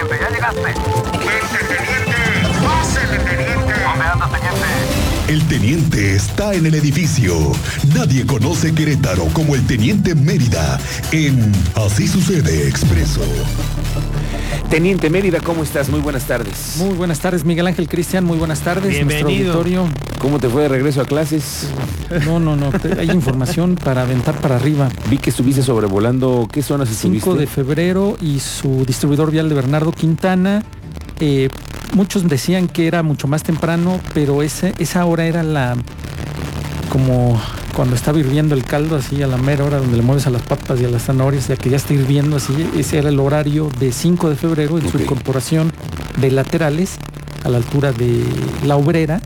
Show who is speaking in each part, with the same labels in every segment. Speaker 1: llegaste. ¡Vente, teniente! ¡Pásele, teniente! ¿Dónde anda, teniente?
Speaker 2: El teniente está en el edificio. Nadie conoce Querétaro como el teniente Mérida en Así sucede expreso.
Speaker 3: Teniente Mérida, ¿cómo estás? Muy buenas tardes.
Speaker 4: Muy buenas tardes, Miguel Ángel Cristian. Muy buenas tardes,
Speaker 5: Bienvenido.
Speaker 4: nuestro auditorio.
Speaker 3: ¿Cómo te fue de regreso a clases?
Speaker 4: No, no, no. te- Hay información para aventar para arriba.
Speaker 3: Vi que estuviste sobrevolando. ¿Qué zonas estuviste?
Speaker 4: 5 de febrero y su distribuidor vial de Bernardo Quintana. Eh, muchos decían que era mucho más temprano, pero ese, esa hora era la. como cuando estaba hirviendo el caldo, así a la mera hora donde le mueves a las papas y a las zanahorias, ya que ya está hirviendo así. Ese era el horario de 5 de febrero en su
Speaker 3: Ok.
Speaker 4: incorporación de laterales a la altura de la obrera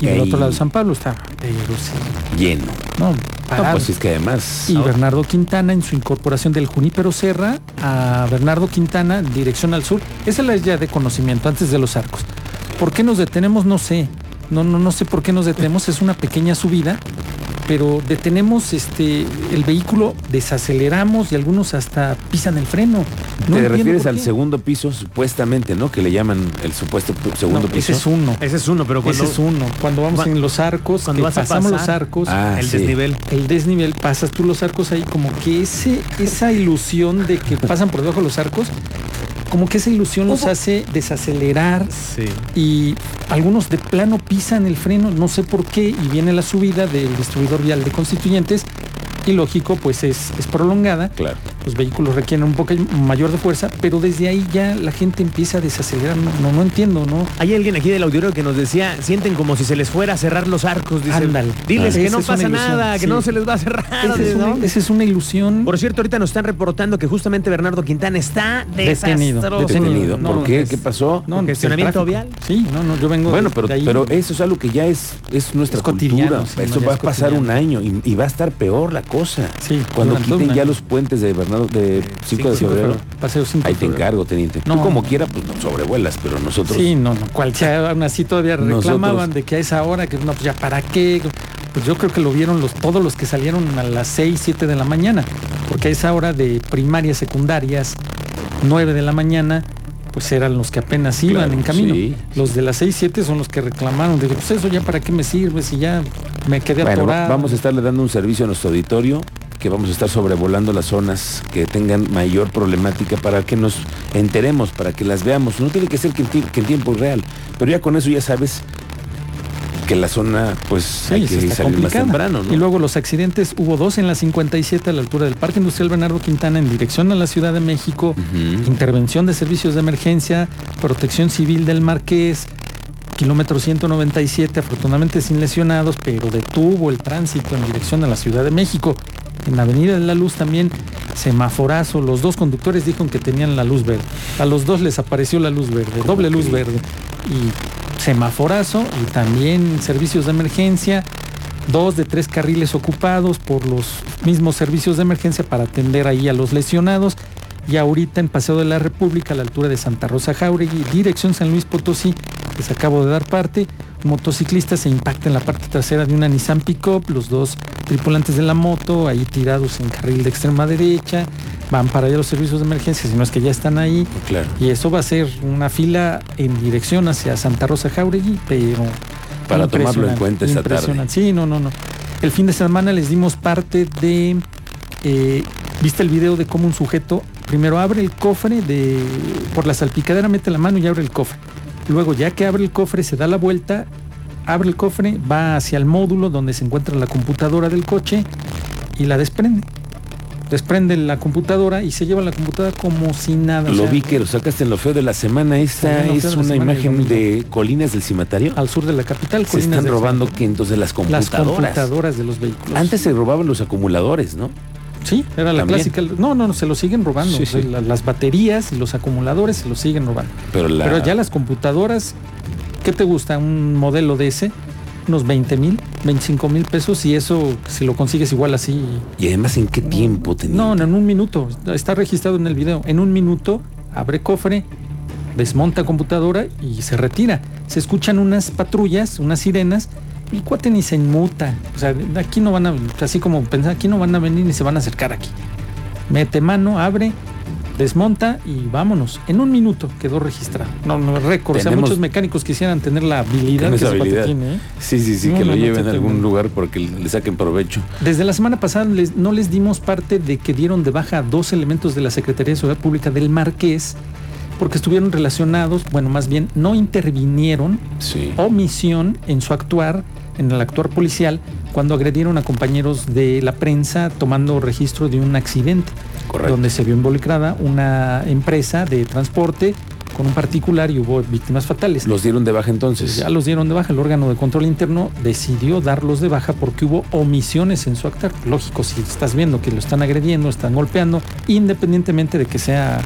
Speaker 4: y del
Speaker 3: Ey.
Speaker 4: otro lado de San Pablo estaba. Pero sí,
Speaker 3: Lleno.
Speaker 4: no,
Speaker 3: No,
Speaker 4: parado.
Speaker 3: pues es que además.
Speaker 4: Y Bernardo Quintana en su incorporación del Junípero Serra a Bernardo Quintana, dirección al sur. Esa es la ya de conocimiento, antes de los arcos. ¿Por qué nos detenemos? No sé. No, no, no sé por qué nos detenemos. Es una pequeña subida, pero detenemos este el vehículo, desaceleramos y algunos hasta pisan el freno. No
Speaker 3: te
Speaker 4: entiendo
Speaker 3: refieres
Speaker 4: por
Speaker 3: al
Speaker 4: qué.
Speaker 3: segundo piso, supuestamente, ¿no? Que le llaman el supuesto pu-
Speaker 4: No,
Speaker 3: segundo piso.
Speaker 4: ese es uno.
Speaker 5: Ese es uno, pero Eh, cuando
Speaker 4: Ese es uno. Cuando vamos
Speaker 5: Cua-
Speaker 4: en los arcos,
Speaker 5: cuando
Speaker 4: que
Speaker 5: vas a
Speaker 4: pasamos los
Speaker 5: pasar-
Speaker 4: arcos.
Speaker 3: Ah,
Speaker 5: el
Speaker 3: sí.
Speaker 5: desnivel.
Speaker 4: el desnivel, pasas tú los arcos ahí, como que ese, esa ilusión de que pasan por debajo de los arcos, como que esa ilusión los hace desacelerar
Speaker 5: Sí.
Speaker 4: y algunos de plano pisan el freno, no sé por qué, y viene la subida del distribuidor vial de constituyentes y lógico, pues es, es prolongada,
Speaker 3: Claro.
Speaker 4: los vehículos requieren un poco mayor de fuerza, pero desde ahí ya la gente empieza a desacelerar, no, no, no entiendo, ¿no?
Speaker 5: Hay alguien aquí del auditorio que nos decía, sienten como si se les fuera a cerrar los arcos, dice.
Speaker 4: Ándale.
Speaker 5: Diles
Speaker 4: Ah.
Speaker 5: que
Speaker 4: Esa
Speaker 5: no
Speaker 4: es una
Speaker 5: pasa
Speaker 4: ilusión,
Speaker 5: nada, que
Speaker 4: sí.
Speaker 5: no se les va a cerrar.
Speaker 4: Esa es
Speaker 5: ¿no?
Speaker 4: una, esa es una ilusión.
Speaker 5: Por cierto, ahorita nos están reportando que justamente Bernardo Quintana está
Speaker 4: Detenido,
Speaker 5: desastroso.
Speaker 3: Detenido.
Speaker 4: no,
Speaker 3: ¿Por
Speaker 4: no,
Speaker 3: qué?
Speaker 4: es-
Speaker 3: ¿Qué pasó?
Speaker 4: No, no, pues, el
Speaker 5: Congestionamiento
Speaker 4: tráfico.
Speaker 5: vial.
Speaker 4: Sí, no, no, yo vengo
Speaker 3: Bueno,
Speaker 4: de-
Speaker 3: pero,
Speaker 4: de ahí.
Speaker 3: pero eso es algo que ya es, es nuestra
Speaker 4: Es cotidiano,
Speaker 3: cultura.
Speaker 4: sí,
Speaker 3: Eso
Speaker 4: no, ya
Speaker 3: va a
Speaker 4: es
Speaker 3: pasar
Speaker 4: cotidiano.
Speaker 3: un año y, y va a estar peor la cosa.
Speaker 4: Sí,
Speaker 3: Cuando
Speaker 4: durante
Speaker 3: quiten
Speaker 4: un
Speaker 3: ya
Speaker 4: año.
Speaker 3: los puentes de Bernardo de 5 de
Speaker 5: de
Speaker 3: febrero.
Speaker 4: Paseo 5
Speaker 3: Ahí te encargo, teniente. Tú
Speaker 4: No.
Speaker 3: como quiera, pues nos sobrevuelas, pero nosotros.
Speaker 4: Sí, no, no, cual sea, aún así todavía
Speaker 3: Nosotros.
Speaker 4: reclamaban de que a esa hora, que no, pues ya para qué. Pues yo creo que lo vieron los, todos los que salieron a las 6, 7 de la mañana, porque a esa hora de primarias, secundarias, 9 de la mañana, pues eran los que apenas iban
Speaker 3: Claro,
Speaker 4: en camino.
Speaker 3: sí.
Speaker 4: Los de las 6, 7 son los que reclamaron, de que, pues eso ya para qué me sirve si ya me quedé
Speaker 3: Bueno, va-
Speaker 4: atorado.
Speaker 3: vamos a estarle dando un servicio a nuestro auditorio, que vamos a estar sobrevolando las zonas que tengan mayor problemática para que nos enteremos, para que las veamos. No tiene que ser que en, tie- que en tiempo real, pero ya con eso ya sabes que la zona, pues
Speaker 4: Sí,
Speaker 3: hay
Speaker 4: sí
Speaker 3: que salir
Speaker 4: está
Speaker 3: más
Speaker 4: complicada.
Speaker 3: temprano, ¿no?
Speaker 4: Y luego los accidentes, hubo dos en la 57 a la altura del Parque Industrial Bernardo Quintana en dirección a la Ciudad de México,
Speaker 3: Ujú.
Speaker 4: intervención de servicios de emergencia, protección civil del Marqués, kilómetro 197, afortunadamente sin lesionados, pero detuvo el tránsito en dirección a la Ciudad de México. En Avenida de la Luz también, semaforazo, los dos conductores dijeron que tenían la luz verde. A los dos les apareció la luz verde, doble luz verde. Y semaforazo y también servicios de emergencia. Dos de tres carriles ocupados por los mismos servicios de emergencia para atender ahí a los lesionados. Y ahorita en Paseo de la República, a la altura de Santa Rosa Jauregui, dirección San Luis Potosí, les acabo de dar parte. Un motociclista se impacta en la parte trasera de una Nissan Pickup. Los dos tripulantes de la moto ahí tirados en carril de extrema derecha. Van para allá los servicios de emergencia, si no es que ya están ahí.
Speaker 3: Claro,
Speaker 4: Y eso va a ser una fila en dirección hacia Santa Rosa Jauregui, pero...
Speaker 3: Para tomarlo en
Speaker 4: impresionante,
Speaker 3: cuenta esta tarde.
Speaker 4: impresionante. Sí, no, no, no. El fin de semana les dimos parte de... eh, ¿Viste el video de cómo un sujeto primero abre el cofre de... Por la salpicadera mete la mano y abre el cofre. Luego, ya que abre el cofre, se da la vuelta, abre el cofre, va hacia el módulo donde se encuentra la computadora del coche y la desprende. Desprende la computadora y se lleva la computadora como si nada. o
Speaker 3: lo
Speaker 4: sea,
Speaker 3: vi que lo sacaste en lo feo de la semana. Esta
Speaker 4: Salió en lo feo
Speaker 3: es
Speaker 4: de la
Speaker 3: una
Speaker 4: semana el
Speaker 3: imagen
Speaker 4: domingo.
Speaker 3: de colinas del cimatario.
Speaker 4: al sur de la
Speaker 3: Se
Speaker 4: capital. Ah, colinas
Speaker 3: están
Speaker 4: de-
Speaker 3: robando que entonces las
Speaker 4: las
Speaker 3: computadoras.
Speaker 4: computadoras de los vehículos.
Speaker 3: Antes se robaban los acumuladores, ¿no?
Speaker 4: sí, era la
Speaker 3: también.
Speaker 4: clásica. No, no, no, se los siguen robando.
Speaker 3: Sí, sí.
Speaker 4: La- Las baterías y los acumuladores se los siguen robando.
Speaker 3: Pero, la...
Speaker 4: Pero ya las computadoras, ¿qué te gusta? Un modelo de ese, unos 20 mil, 25 mil pesos y eso, si lo consigues igual así.
Speaker 3: Y además, ¿en qué tiempo tenían?
Speaker 4: No, no, en un minuto. Está registrado en el video. En un minuto abre cofre, desmonta computadora y se retira. Se escuchan unas patrullas, unas sirenas. El cuate ni se inmuta. O sea, de aquí no van a, así como pensar, aquí no van a venir ni se van a acercar aquí. Mete mano, abre, desmonta y vámonos. En un minuto quedó registrado. No, no, récord. O sea,
Speaker 3: Tenemos-
Speaker 4: muchos mecánicos quisieran tener la habilidad
Speaker 3: Tiene
Speaker 4: que
Speaker 3: esa
Speaker 4: Zapata
Speaker 3: habilidad.
Speaker 4: tiene. ¿eh?
Speaker 3: Sí, sí, sí,
Speaker 4: No,
Speaker 3: que
Speaker 4: no,
Speaker 3: lo
Speaker 4: no,
Speaker 3: lleven a algún
Speaker 4: totalmente.
Speaker 3: lugar porque le saquen provecho.
Speaker 4: Desde la semana pasada les- no les dimos parte de que dieron de baja a dos elementos de la Secretaría de Seguridad Pública del Marqués porque estuvieron relacionados, bueno, más bien no intervinieron
Speaker 3: Sí.
Speaker 4: Oh, omisión en su actuar, en el actuar policial, cuando agredieron a compañeros de la prensa tomando registro de un accidente,
Speaker 3: Correcto.
Speaker 4: donde se vio involucrada una empresa de transporte con un particular y hubo víctimas fatales.
Speaker 3: Los dieron de baja entonces.
Speaker 4: ya los dieron de baja, el órgano de control interno decidió darlos de baja porque hubo omisiones en su actuar. Lógico, si estás viendo que lo están agrediendo, están golpeando, independientemente de que sea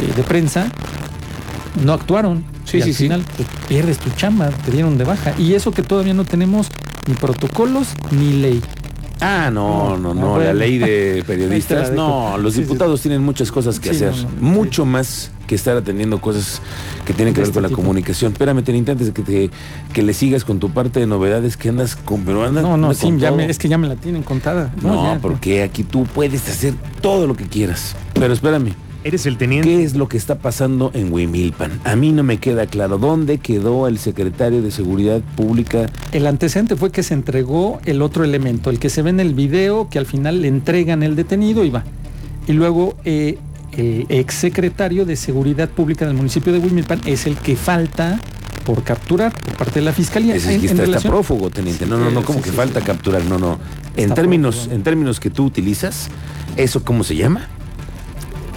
Speaker 4: eh, de prensa, no actuaron.
Speaker 3: Sí,
Speaker 4: y
Speaker 3: sí,
Speaker 4: al
Speaker 3: sí.
Speaker 4: final pues, pierdes tu chamba, te dieron de baja. Y eso que todavía no tenemos ni protocolos ni ley.
Speaker 3: Ah, no, no, no.
Speaker 4: No, bueno.
Speaker 3: La ley de
Speaker 4: Ahí
Speaker 3: periodistas.
Speaker 4: te la dejo.
Speaker 3: No, los
Speaker 4: Sí, sí.
Speaker 3: diputados tienen muchas cosas que
Speaker 4: Sí,
Speaker 3: hacer.
Speaker 4: no, no, no.
Speaker 3: mucho más que estar atendiendo cosas que tienen que
Speaker 4: De
Speaker 3: ver
Speaker 4: este
Speaker 3: con la
Speaker 4: tipo.
Speaker 3: comunicación. Espérame, Tenita, antes de que, te- que le sigas con tu parte de novedades que andas con. Pero andas-
Speaker 4: No, no,
Speaker 3: andas
Speaker 4: sí,
Speaker 3: con
Speaker 4: ya
Speaker 3: todo.
Speaker 4: me- es que ya me la tienen contada.
Speaker 3: No,
Speaker 4: ya, pues.
Speaker 3: porque aquí tú puedes hacer todo lo que quieras. Pero espérame,
Speaker 5: Eres el teniente.
Speaker 3: ¿qué es lo que está pasando en Huimilpan? A mí no me queda claro. ¿Dónde quedó el secretario de Seguridad Pública?
Speaker 4: El antecedente fue que se entregó el otro elemento, el que se ve en el video, que al final le entregan el detenido y va. Y luego eh, el exsecretario de Seguridad Pública del municipio de Huimilpan es el que falta por capturar por parte de la fiscalía.
Speaker 3: Ese es
Speaker 4: En-
Speaker 3: que
Speaker 4: en
Speaker 3: está, está
Speaker 4: relación-
Speaker 3: prófugo, teniente. No, no, no, como
Speaker 4: Sí,
Speaker 3: que
Speaker 4: sí,
Speaker 3: falta capturar. No, no. En
Speaker 4: Está
Speaker 3: términos,
Speaker 4: prófugo.
Speaker 3: en términos que tú utilizas, ¿eso cómo se llama?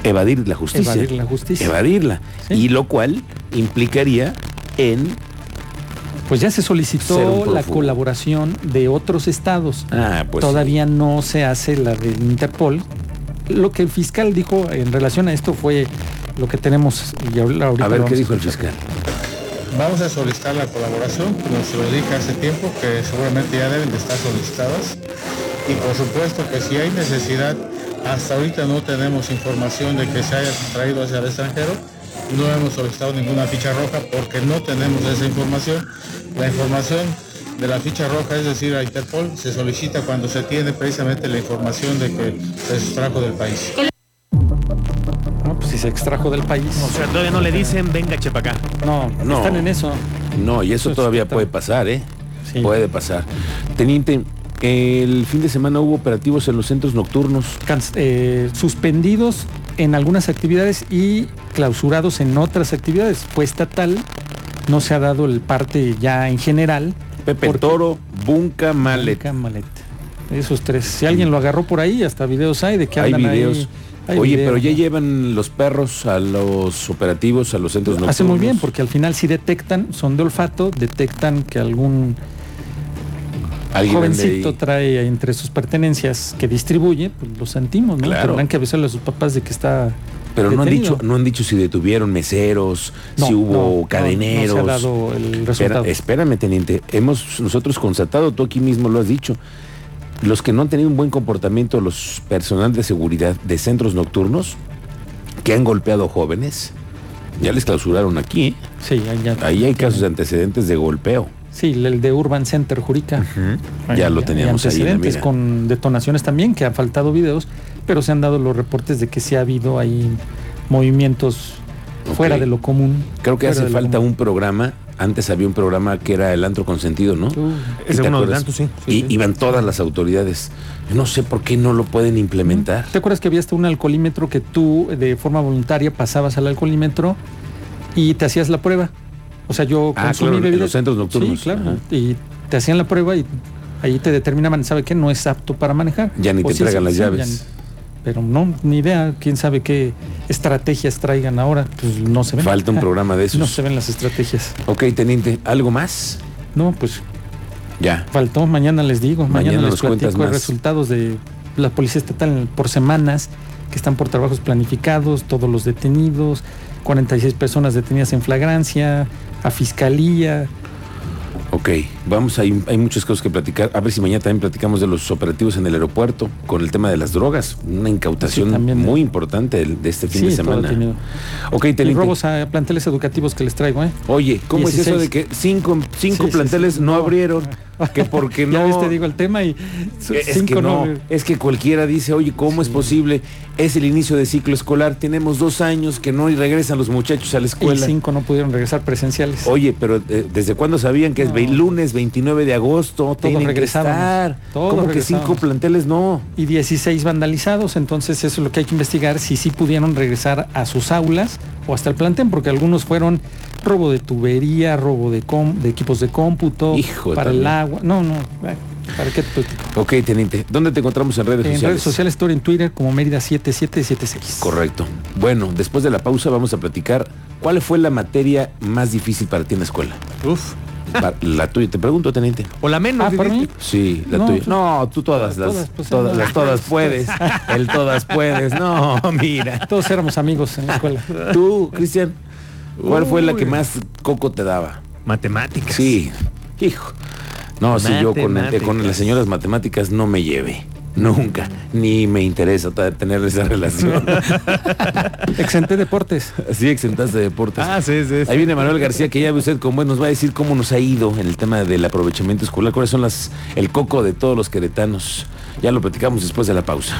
Speaker 3: Evadir la justicia.
Speaker 4: Evadir la justicia.
Speaker 3: Evadirla.
Speaker 4: Sí.
Speaker 3: Y lo cual implicaría en.
Speaker 4: Pues ya se
Speaker 3: Ser un
Speaker 4: solicitó
Speaker 3: prófugo.
Speaker 4: la colaboración de otros estados.
Speaker 3: Ah, pues.
Speaker 4: Todavía no se hace la del Interpol. Lo que el fiscal dijo en relación a esto fue lo que tenemos y ahor- ahorita
Speaker 3: A
Speaker 4: lo
Speaker 3: ver
Speaker 4: vamos
Speaker 3: qué dijo el
Speaker 4: escuchar.
Speaker 3: fiscal.
Speaker 6: Vamos a solicitar la colaboración, como se lo dije hace tiempo, que seguramente ya deben de estar solicitadas. Y por supuesto que si hay necesidad, hasta ahorita no tenemos información de que se haya traído hacia el extranjero, no hemos solicitado ninguna ficha roja porque no tenemos esa información. La información de la ficha roja, es decir, a Interpol, se solicita cuando se tiene precisamente la información de que se sustrajo del país.
Speaker 4: No, pues si se extrajo del país.
Speaker 5: O sea, todavía no le dicen, venga, chepa acá.
Speaker 4: No,
Speaker 3: No.
Speaker 4: están en eso.
Speaker 3: No, y eso
Speaker 4: Eso
Speaker 3: todavía
Speaker 4: está-
Speaker 3: puede pasar, ¿eh?
Speaker 4: Sí.
Speaker 3: Puede pasar. Teniente, el fin de semana hubo operativos en los centros nocturnos.
Speaker 4: Canc- eh, suspendidos en algunas actividades y clausurados en otras actividades. Fue estatal, no se ha dado el parte ya en general.
Speaker 3: Pepe
Speaker 4: Porque-
Speaker 3: Toro, Bunca, Malet.
Speaker 4: Blanca Malet. Esos tres. Si alguien lo agarró por ahí, hasta videos hay de que
Speaker 3: Hay
Speaker 4: andan ahí.
Speaker 3: videos.
Speaker 4: Hay
Speaker 3: Oye,
Speaker 4: videos,
Speaker 3: pero ya
Speaker 4: ¿no?
Speaker 3: llevan los perros a los operativos, a los centros nocturnos.
Speaker 4: Hace muy bien, porque al final si detectan, son de olfato, detectan que algún
Speaker 3: Alguien
Speaker 4: jovencito
Speaker 3: anda
Speaker 4: trae entre sus pertenencias que distribuye, pues lo sentimos, ¿no?
Speaker 3: Claro.
Speaker 4: Tendrán que avisarle a sus papás de que está.
Speaker 3: ahí. Pero no han,
Speaker 4: detenido.
Speaker 3: dicho, no han dicho si detuvieron meseros,
Speaker 4: No,
Speaker 3: si hubo
Speaker 4: no,
Speaker 3: cadeneros.
Speaker 4: No, no se ha dado el resultado.
Speaker 3: Espera- espérame, teniente. Hemos nosotros constatado, tú aquí mismo lo has dicho, los que no han tenido un buen comportamiento, los personal de seguridad de centros nocturnos, que han golpeado jóvenes, ya les clausuraron aquí. ¿eh?
Speaker 4: sí, ahí ya-
Speaker 3: Ahí hay casos de antecedentes de golpeo.
Speaker 4: Sí, el de Urban Center Jurica.
Speaker 3: Ya lo
Speaker 4: Hay
Speaker 3: teníamos ahí en la
Speaker 4: antecedentes
Speaker 3: mira.
Speaker 4: con detonaciones también, que han faltado videos, pero se han dado los reportes de que sí ha habido ahí movimientos
Speaker 3: Ok.
Speaker 4: fuera de lo común.
Speaker 3: Creo que
Speaker 4: fuera
Speaker 3: hace
Speaker 4: de lo
Speaker 3: falta
Speaker 4: común.
Speaker 3: un programa. Antes había un programa que era el antro consentido, ¿no?
Speaker 4: Uh,
Speaker 5: Es
Speaker 3: ¿Te
Speaker 5: uno de
Speaker 3: acuerdas?
Speaker 5: tantos, sí, sí,
Speaker 3: y
Speaker 5: sí.
Speaker 3: iban todas las autoridades. Yo no sé por qué no lo pueden implementar.
Speaker 4: ¿Te acuerdas que había hasta un alcoholímetro que tú de forma voluntaria pasabas al alcoholímetro y te hacías la prueba? O sea, yo
Speaker 3: Ah,
Speaker 4: consumí
Speaker 3: claro, en
Speaker 4: bebidas-
Speaker 3: los centros nocturnos.
Speaker 4: Sí, claro.
Speaker 3: Ajá.
Speaker 4: Y te hacían la prueba y ahí te determinaban, ¿sabe qué? No es apto para manejar.
Speaker 3: Ya ni
Speaker 4: O
Speaker 3: te
Speaker 4: sí es-
Speaker 3: entregan las
Speaker 4: sí, ya
Speaker 3: llaves.
Speaker 4: ni- Pero no, ni idea. ¿Quién sabe qué estrategias traigan ahora? Pues no se ven.
Speaker 3: Falta un programa de
Speaker 4: No
Speaker 3: esos.
Speaker 4: se ven las estrategias.
Speaker 3: Ok, teniente, ¿algo más?
Speaker 4: No, pues
Speaker 3: Ya.
Speaker 4: faltó. Mañana les digo. Mañana,
Speaker 3: Mañana nos
Speaker 4: les
Speaker 3: cuentas
Speaker 4: platico de
Speaker 3: más.
Speaker 4: resultados de la policía estatal por semanas que están por trabajos planificados, todos los detenidos, 46 personas detenidas en flagrancia, a fiscalía.
Speaker 3: Ok, vamos, hay, hay muchas cosas que platicar. A ver si mañana también platicamos de los operativos en el aeropuerto con el tema de las drogas. Una incautación
Speaker 4: Sí, también. ¿eh?
Speaker 3: muy importante del- de este fin de
Speaker 4: sí, todo
Speaker 3: semana.
Speaker 4: detenido.
Speaker 3: Ok,
Speaker 4: Y
Speaker 3: teniente.
Speaker 4: robos a planteles educativos que les traigo, ¿eh?
Speaker 3: Oye, ¿cómo es eso
Speaker 4: 16?
Speaker 3: de que cinco, cinco
Speaker 4: Sí, sí,
Speaker 3: planteles
Speaker 4: sí.
Speaker 3: no
Speaker 4: No.
Speaker 3: abrieron? que porque no...
Speaker 4: Ya ves, te digo el tema y
Speaker 3: Eh, Es que, no, es que cualquiera dice, oye, ¿cómo es posible? Es el inicio de ciclo escolar, tenemos dos años que no y regresan los muchachos a la
Speaker 4: y
Speaker 3: escuela.
Speaker 4: cinco no pudieron regresar presenciales.
Speaker 3: Oye, pero eh, ¿desde cuándo sabían que es ve- lunes 29 de agosto? Tienen que
Speaker 4: regresábamos,
Speaker 3: estar.
Speaker 4: todos
Speaker 3: ¿Cómo que
Speaker 4: regresábamos.
Speaker 3: cinco planteles no?
Speaker 4: y 16 vandalizados, entonces eso es lo que hay que investigar, si sí pudieron regresar a sus aulas o hasta el plantel, porque algunos fueron robo de tubería, robo de, com- de equipos de cómputo,
Speaker 3: Hijo,
Speaker 4: para el
Speaker 3: también.
Speaker 4: agua, no, no, ay, ¿para qué? te platico?
Speaker 3: Ok, teniente, ¿dónde te encontramos en redes
Speaker 4: en
Speaker 3: sociales?
Speaker 4: redes sociales, estoy en Twitter como Mérida 7776.
Speaker 3: Correcto. Bueno, después de la pausa vamos a platicar cuál fue la materia más difícil para ti en la escuela.
Speaker 5: Uf.
Speaker 3: Pa- La tuya, te pregunto, teniente.
Speaker 5: O la menos.
Speaker 4: Ah, ¿para mí?
Speaker 3: Sí, la
Speaker 4: No,
Speaker 3: tuya.
Speaker 4: tú-
Speaker 3: No, tú todas, las,
Speaker 4: todas, pues,
Speaker 3: todas,
Speaker 4: no.
Speaker 3: las todas puedes. El todas puedes. No, mira.
Speaker 4: Todos éramos amigos en la escuela.
Speaker 3: Tú, Cristian, ¿cuál fue la que
Speaker 5: Uy.
Speaker 3: más coco te daba?
Speaker 5: Matemáticas.
Speaker 3: Sí, hijo. No, si yo con, el- con las
Speaker 5: Matemáticas.
Speaker 3: señoras matemáticas no me lleve. Nunca. Ni me interesa ta- tener esa relación.
Speaker 4: Exenté deportes.
Speaker 3: Así exentaste deportes.
Speaker 5: Ah, sí, sí. sí.
Speaker 3: Ahí viene Manuel García, que ya ve usted cómo es, nos va a decir cómo nos ha ido en el tema del aprovechamiento escolar, cuáles son las el coco de todos los queretanos. Ya lo platicamos después de la pausa.